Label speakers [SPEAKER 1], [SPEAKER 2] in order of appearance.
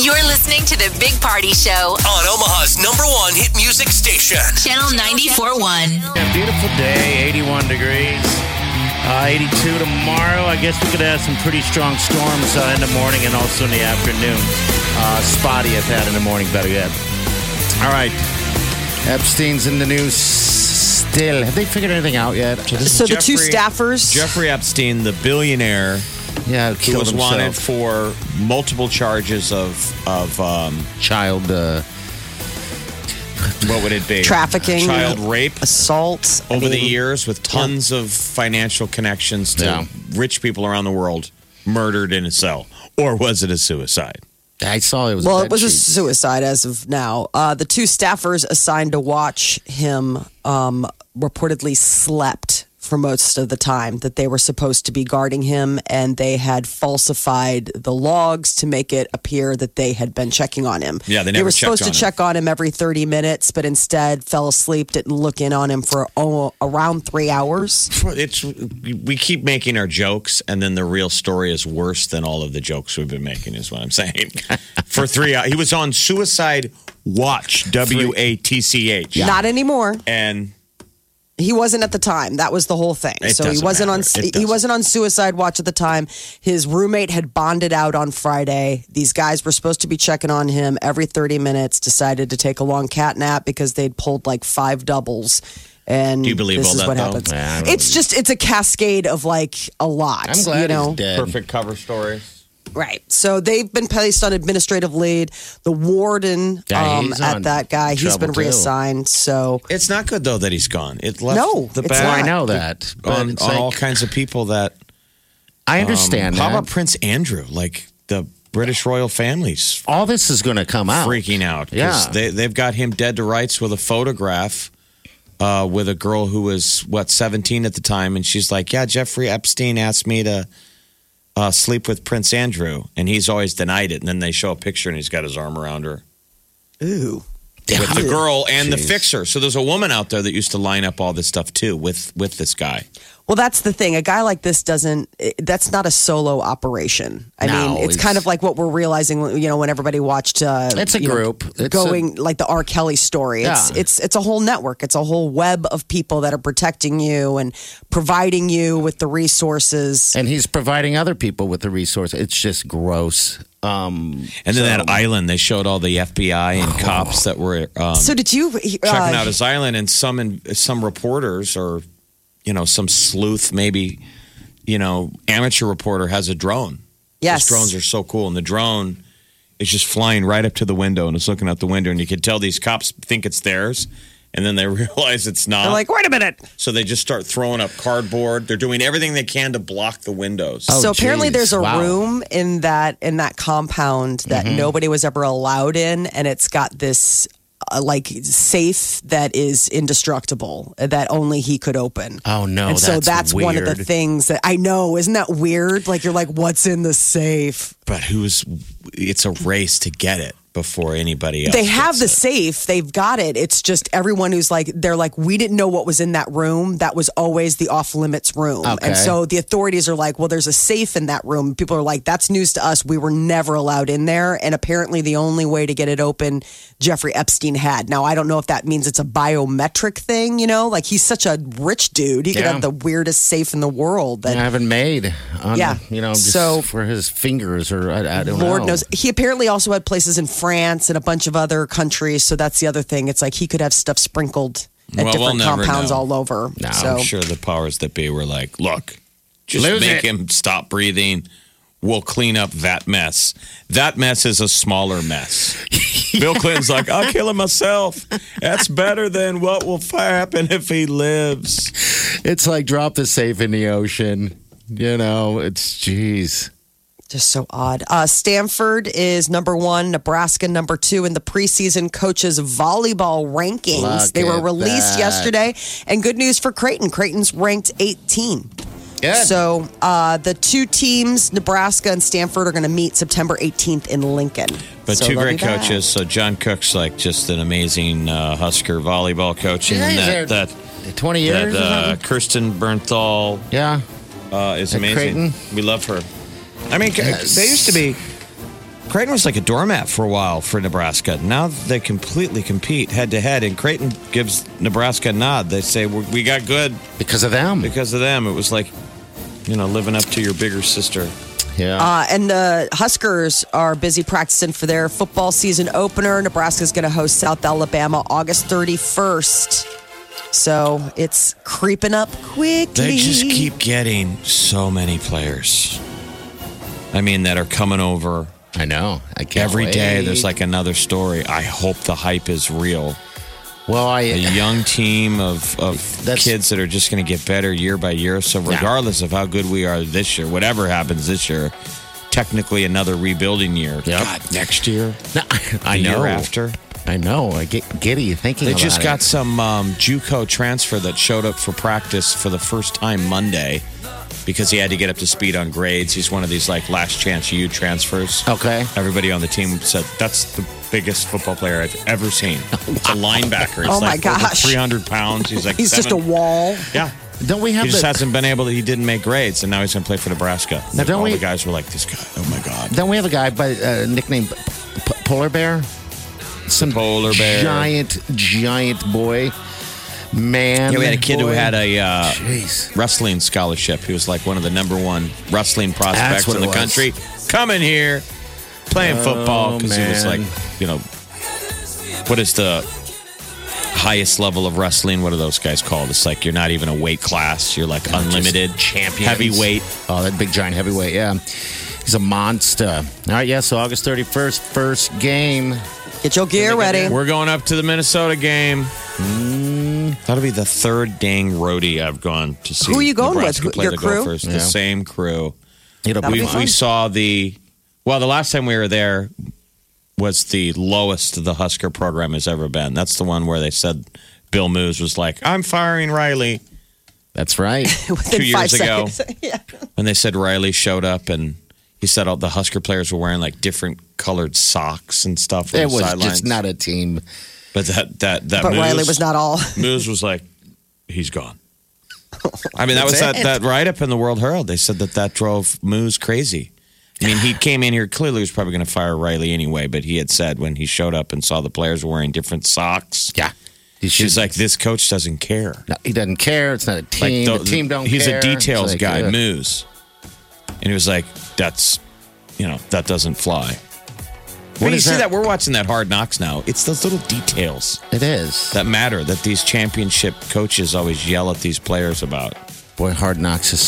[SPEAKER 1] You're listening to the Big Party Show,
[SPEAKER 2] on Omaha's number one hit music station.
[SPEAKER 1] Channel 94.1.
[SPEAKER 3] A beautiful day, 81 degrees. Uh, 82 tomorrow. I guess we could have some pretty strong storms uh, in the morning and also in the afternoon. Uh, spotty, I've had in the morning, better yet. All right. Epstein's in the news still. Have they figured anything out yet?
[SPEAKER 4] So the two
[SPEAKER 5] Jeffrey-
[SPEAKER 4] staffers.
[SPEAKER 5] Jeffrey Epstein, the billionaire
[SPEAKER 3] yeah,
[SPEAKER 5] who
[SPEAKER 3] killed
[SPEAKER 5] was
[SPEAKER 3] himself.
[SPEAKER 5] wanted for multiple charges of of um,
[SPEAKER 3] Child. Uh,
[SPEAKER 5] what would it be?
[SPEAKER 4] Trafficking.
[SPEAKER 5] child rape
[SPEAKER 4] Assault. I
[SPEAKER 5] over the
[SPEAKER 4] mean,
[SPEAKER 5] years, with tons of financial connections to
[SPEAKER 3] Yeah.
[SPEAKER 5] rich people around the world, murdered in a cell, or was it a suicide?
[SPEAKER 3] I saw it was.
[SPEAKER 4] Well,
[SPEAKER 3] bed
[SPEAKER 4] it was a
[SPEAKER 3] sheet.
[SPEAKER 4] suicide as of now. Uh, the two staffers assigned to watch him um, reportedly slept for most of the time that they were supposed to be guarding him, and they had falsified the logs to make it appear that they had been checking on him.
[SPEAKER 5] Yeah,
[SPEAKER 4] they
[SPEAKER 5] they never
[SPEAKER 4] were
[SPEAKER 5] checked
[SPEAKER 4] supposed to
[SPEAKER 5] on him.
[SPEAKER 4] check on him every thirty minutes, but instead fell asleep, didn't look in on him for oh, around three hours.
[SPEAKER 5] It's we keep making our jokes, and then the real story is worse than all of the jokes we've been making. Is what I'm saying. For three, hours. he was on suicide watch. W A T C H.
[SPEAKER 4] Not anymore.
[SPEAKER 5] and
[SPEAKER 4] He wasn't at the time. That was the whole thing.
[SPEAKER 5] It
[SPEAKER 4] so he
[SPEAKER 5] doesn't
[SPEAKER 4] wasn't
[SPEAKER 5] matter.
[SPEAKER 4] on.
[SPEAKER 5] It
[SPEAKER 4] He
[SPEAKER 5] doesn't.
[SPEAKER 4] wasn't on suicide watch at the time. His roommate had bonded out on Friday. These guys were supposed to be checking on him every thirty minutes. Decided to take a long cat nap because they'd pulled like five doubles. And
[SPEAKER 5] Do you believe
[SPEAKER 4] this
[SPEAKER 5] all
[SPEAKER 4] is
[SPEAKER 5] that,
[SPEAKER 4] what
[SPEAKER 5] though?
[SPEAKER 4] happens?
[SPEAKER 3] Yeah, I don't
[SPEAKER 4] it's just it's a cascade of like a lot.
[SPEAKER 3] I'm glad
[SPEAKER 4] you know?
[SPEAKER 3] he's dead.
[SPEAKER 5] perfect cover stories.
[SPEAKER 4] Right. So they've been placed on administrative lead. The warden
[SPEAKER 3] Yeah,
[SPEAKER 4] um,
[SPEAKER 3] he's on
[SPEAKER 4] at that guy, he's
[SPEAKER 3] trouble,
[SPEAKER 4] been
[SPEAKER 3] too.
[SPEAKER 4] reassigned. So
[SPEAKER 5] It's not good though that he's gone. It left
[SPEAKER 4] No,
[SPEAKER 5] the
[SPEAKER 4] it's
[SPEAKER 5] bad
[SPEAKER 4] not.
[SPEAKER 3] I know that. But
[SPEAKER 5] on,
[SPEAKER 3] it's
[SPEAKER 5] on
[SPEAKER 3] like,
[SPEAKER 5] all kinds of people that um,
[SPEAKER 3] I understand
[SPEAKER 5] How
[SPEAKER 3] that.
[SPEAKER 5] about Prince Andrew? Like the British royal family's
[SPEAKER 3] all this is going to come out.
[SPEAKER 5] freaking out. 'cause
[SPEAKER 3] Yeah.
[SPEAKER 5] they they've got him dead to rights with a photograph. Uh, with a girl who was what 17 at the time, and she's like, "Yeah, Jeffrey Epstein asked me to uh, sleep with Prince Andrew, and he's always denied it." And then they show a picture, and he's got his arm around her
[SPEAKER 4] ooh.
[SPEAKER 5] with the girl and the fixer. So there's a woman out there that used to line up all this stuff too with with this guy.
[SPEAKER 4] Well, that's the thing. A guy like this doesn't. it- That's not a solo operation. I
[SPEAKER 3] No,
[SPEAKER 4] mean, it's,
[SPEAKER 3] it's-
[SPEAKER 4] kind of like what we're realizing. You know, when everybody watched. Uh,
[SPEAKER 3] It's a
[SPEAKER 4] you know,
[SPEAKER 3] group. It's
[SPEAKER 4] going like the R. Kelly story. It's
[SPEAKER 3] Yeah.
[SPEAKER 4] it's it's a whole network. It's a whole web of people that are protecting you and providing you with the resources.
[SPEAKER 3] And he's providing other people with the resource. It's just gross. Um,
[SPEAKER 5] And then that island, they showed all the FBI and cops that were um,
[SPEAKER 4] so did you? Uh,
[SPEAKER 5] checking out his island, and some in, some reporters or you know some sleuth, maybe you know amateur reporter has a drone.
[SPEAKER 4] yes.
[SPEAKER 5] These drones are so cool, and the drone is just flying right up to the window and it's looking out the window, and you can tell these cops think it's theirs. And then they realize it's not.
[SPEAKER 4] They're like, wait a minute.
[SPEAKER 5] so they just start throwing up cardboard. They're doing everything they can to block the windows.
[SPEAKER 4] so apparently
[SPEAKER 3] geez.
[SPEAKER 4] there's a
[SPEAKER 3] Oh, Wow. Mm-hmm.
[SPEAKER 4] room in that in that compound that nobody was ever allowed in and it's got this uh, like safe that is indestructible uh, that only he could open.
[SPEAKER 3] Oh, no,
[SPEAKER 4] And so
[SPEAKER 3] that's
[SPEAKER 4] that's one of the
[SPEAKER 3] weird.
[SPEAKER 4] things that I know, isn't that weird? Like you're like what's in the safe?
[SPEAKER 5] but who's? It's a race to get it before anybody else.
[SPEAKER 4] They have
[SPEAKER 5] gets
[SPEAKER 4] the
[SPEAKER 5] it.
[SPEAKER 4] safe. They've got it. It's just everyone who's like, they're like, we didn't know what was in that room. That was always the off limits room.
[SPEAKER 3] Okay.
[SPEAKER 4] And so the authorities are like, well, there's a safe in that room. People are like, that's news to us. We were never allowed in there. And apparently, the only way to get it open, Jeffrey Epstein had. Now, I don't know if that means it's a biometric thing, you know? Like, he's such a rich dude. He could
[SPEAKER 3] Yeah.
[SPEAKER 4] have the weirdest safe in the world. That
[SPEAKER 3] I haven't made. On,
[SPEAKER 4] Yeah.
[SPEAKER 3] You know, just
[SPEAKER 4] So-
[SPEAKER 3] for his fingers or I, I don't know.
[SPEAKER 4] Lord knows. He apparently also had places in France and a bunch of other countries. So that's the other thing. It's like he could have stuff sprinkled at
[SPEAKER 5] Well, we'll
[SPEAKER 4] different
[SPEAKER 5] never
[SPEAKER 4] compounds
[SPEAKER 5] know.
[SPEAKER 4] all over.
[SPEAKER 3] No,
[SPEAKER 4] so
[SPEAKER 5] I'm sure the powers that be were like, look, just
[SPEAKER 3] Lose
[SPEAKER 5] make
[SPEAKER 3] it."
[SPEAKER 5] him stop breathing. We'll clean up that mess. That mess is a smaller mess. Bill Clinton's like, I'll kill him myself. That's better than what will happen if he lives.
[SPEAKER 3] It's like drop the safe in the ocean. You know, it's jeez.
[SPEAKER 4] Just so odd. Uh, Stanford is number one, Nebraska number two in the preseason coaches volleyball rankings.
[SPEAKER 3] Look
[SPEAKER 4] they were
[SPEAKER 3] at
[SPEAKER 4] released
[SPEAKER 3] that.
[SPEAKER 4] yesterday. And good news for Creighton. Creighton's ranked 18.
[SPEAKER 3] Good.
[SPEAKER 4] So uh, the two teams, Nebraska and Stanford, are going to meet September 18th in Lincoln.
[SPEAKER 5] But
[SPEAKER 4] So
[SPEAKER 5] two
[SPEAKER 4] they'll be
[SPEAKER 5] great
[SPEAKER 4] back.
[SPEAKER 5] coaches. So John Cook's like just an amazing uh, Husker volleyball coach,
[SPEAKER 3] Yeah,
[SPEAKER 5] and
[SPEAKER 3] he's
[SPEAKER 5] then
[SPEAKER 3] there
[SPEAKER 5] that
[SPEAKER 3] twenty
[SPEAKER 5] that,
[SPEAKER 3] years. or
[SPEAKER 5] that uh,
[SPEAKER 3] something?
[SPEAKER 5] Kirsten Bernthal
[SPEAKER 3] yeah.
[SPEAKER 5] uh, is
[SPEAKER 3] At
[SPEAKER 5] amazing.
[SPEAKER 3] Creighton?
[SPEAKER 5] We love her. I mean,
[SPEAKER 3] Yes.
[SPEAKER 5] they used to be. Creighton was like a doormat for a while for Nebraska. Now they completely compete head to head, and Creighton gives Nebraska a nod. They say we we got good
[SPEAKER 3] Because of them.
[SPEAKER 5] because of them. It was like, you know, living up to your bigger sister.
[SPEAKER 3] Yeah.
[SPEAKER 4] Uh, and the Huskers are busy practicing for their football season opener. Nebraska's going to host South Alabama August 31st. So it's creeping up quickly.
[SPEAKER 5] They just keep getting so many players. I mean, that are coming over
[SPEAKER 3] I know. I can't
[SPEAKER 5] every day.
[SPEAKER 3] wait.
[SPEAKER 5] There's like another story. I hope the hype is real.
[SPEAKER 3] well, I
[SPEAKER 5] A young team of, of
[SPEAKER 3] That's-
[SPEAKER 5] kids that are just going to get better year by year. So, regardless of how good we are this year, whatever happens this year, technically another rebuilding year.
[SPEAKER 3] Yep.
[SPEAKER 5] God, next year,
[SPEAKER 3] No, I
[SPEAKER 5] the
[SPEAKER 3] know.
[SPEAKER 5] year after.
[SPEAKER 3] I know. I get giddy thinking.
[SPEAKER 5] They
[SPEAKER 3] about
[SPEAKER 5] just
[SPEAKER 3] it.
[SPEAKER 5] got some um, JUCO transfer that showed up for practice for the first time Monday because he had to get up to speed on grades. He's one of these like last chance U transfers.
[SPEAKER 3] Okay.
[SPEAKER 5] Everybody on the team said that's the biggest football player I've ever seen. It's a linebacker. He's
[SPEAKER 4] Oh, my
[SPEAKER 5] like over
[SPEAKER 4] gosh.
[SPEAKER 5] 300 pounds. He's like
[SPEAKER 4] He's just a
[SPEAKER 5] seven-
[SPEAKER 4] wall.
[SPEAKER 5] yeah.
[SPEAKER 3] Don't we have
[SPEAKER 5] He just
[SPEAKER 3] the-
[SPEAKER 5] hasn't been able to. He didn't make grades, and now he's going to play for Nebraska.
[SPEAKER 3] Now,
[SPEAKER 5] Like,
[SPEAKER 3] don't
[SPEAKER 5] all
[SPEAKER 3] we-
[SPEAKER 5] the guys were like, "This guy, oh my god,
[SPEAKER 3] Don't we have a guy by uh, nickname P- P- Polar Bear? Some
[SPEAKER 5] polar bear."
[SPEAKER 3] giant, giant boy, man.
[SPEAKER 5] Yeah, we had a kid who
[SPEAKER 3] boy.
[SPEAKER 5] had a uh,
[SPEAKER 3] Jeez.
[SPEAKER 5] wrestling scholarship. He was like one of the number one wrestling prospects
[SPEAKER 3] what
[SPEAKER 5] in the
[SPEAKER 3] it was.
[SPEAKER 5] country. Coming here, playing football because he was like,
[SPEAKER 3] man.
[SPEAKER 5] you know, what is the highest level of wrestling? What are those guys called? It's like you're not even a weight class. You're like unlimited champion, heavyweight.
[SPEAKER 3] Oh, that big giant heavyweight. Yeah, he's a monster. All right, yeah. So August thirty first, first game.
[SPEAKER 4] Get your gear ready.
[SPEAKER 5] We're going up to the Minnesota game.
[SPEAKER 3] Mm.
[SPEAKER 5] That'll be the third dang roadie I've gone to see.
[SPEAKER 4] Who are you going with?
[SPEAKER 5] Nebraska
[SPEAKER 4] Who-
[SPEAKER 5] play
[SPEAKER 4] your
[SPEAKER 5] the
[SPEAKER 4] crew?
[SPEAKER 5] Gophers.
[SPEAKER 3] Yeah.
[SPEAKER 5] The same crew.
[SPEAKER 3] It'll
[SPEAKER 4] That'll
[SPEAKER 3] be
[SPEAKER 4] be
[SPEAKER 5] we,
[SPEAKER 3] fun.
[SPEAKER 5] we saw the well the last time we were there was the lowest the husker program has ever been that's the one where they said bill moose was like i'm firing riley
[SPEAKER 3] That's right.
[SPEAKER 4] Within
[SPEAKER 5] two years ago.
[SPEAKER 4] Yeah.
[SPEAKER 5] when they said riley showed up and he said all the husker players were wearing like different colored socks and stuff on
[SPEAKER 3] it
[SPEAKER 5] the
[SPEAKER 3] was
[SPEAKER 5] sidelines.
[SPEAKER 3] just not a team.
[SPEAKER 5] but that that that
[SPEAKER 4] But
[SPEAKER 5] Moos-
[SPEAKER 4] Riley was not all.
[SPEAKER 5] Moose was like, he's gone. I mean, that was
[SPEAKER 3] That's
[SPEAKER 5] that,
[SPEAKER 3] it.
[SPEAKER 5] that write up in the World Herald. They said that that drove Moose crazy. I mean, he came in here clearly he was probably going to fire Riley anyway, but he had said when he showed up and saw the players wearing different socks,
[SPEAKER 3] Yeah, he
[SPEAKER 5] she's
[SPEAKER 3] should.
[SPEAKER 5] like, this coach doesn't care.
[SPEAKER 3] no, he doesn't care. It's not a
[SPEAKER 5] Like
[SPEAKER 3] team. the,
[SPEAKER 5] tho-
[SPEAKER 3] team don't.
[SPEAKER 5] He's
[SPEAKER 3] care.
[SPEAKER 5] a
[SPEAKER 3] It's
[SPEAKER 5] details
[SPEAKER 3] like,
[SPEAKER 5] guy,
[SPEAKER 3] uh,
[SPEAKER 5] Moose, and he was like, that's you know that doesn't fly. When you
[SPEAKER 3] is
[SPEAKER 5] see
[SPEAKER 3] that?
[SPEAKER 5] that we're watching that Hard Knocks now, it's those little details
[SPEAKER 3] It is.
[SPEAKER 5] that matter that these championship coaches always yell at these players about.
[SPEAKER 3] Boy, Hard Knocks is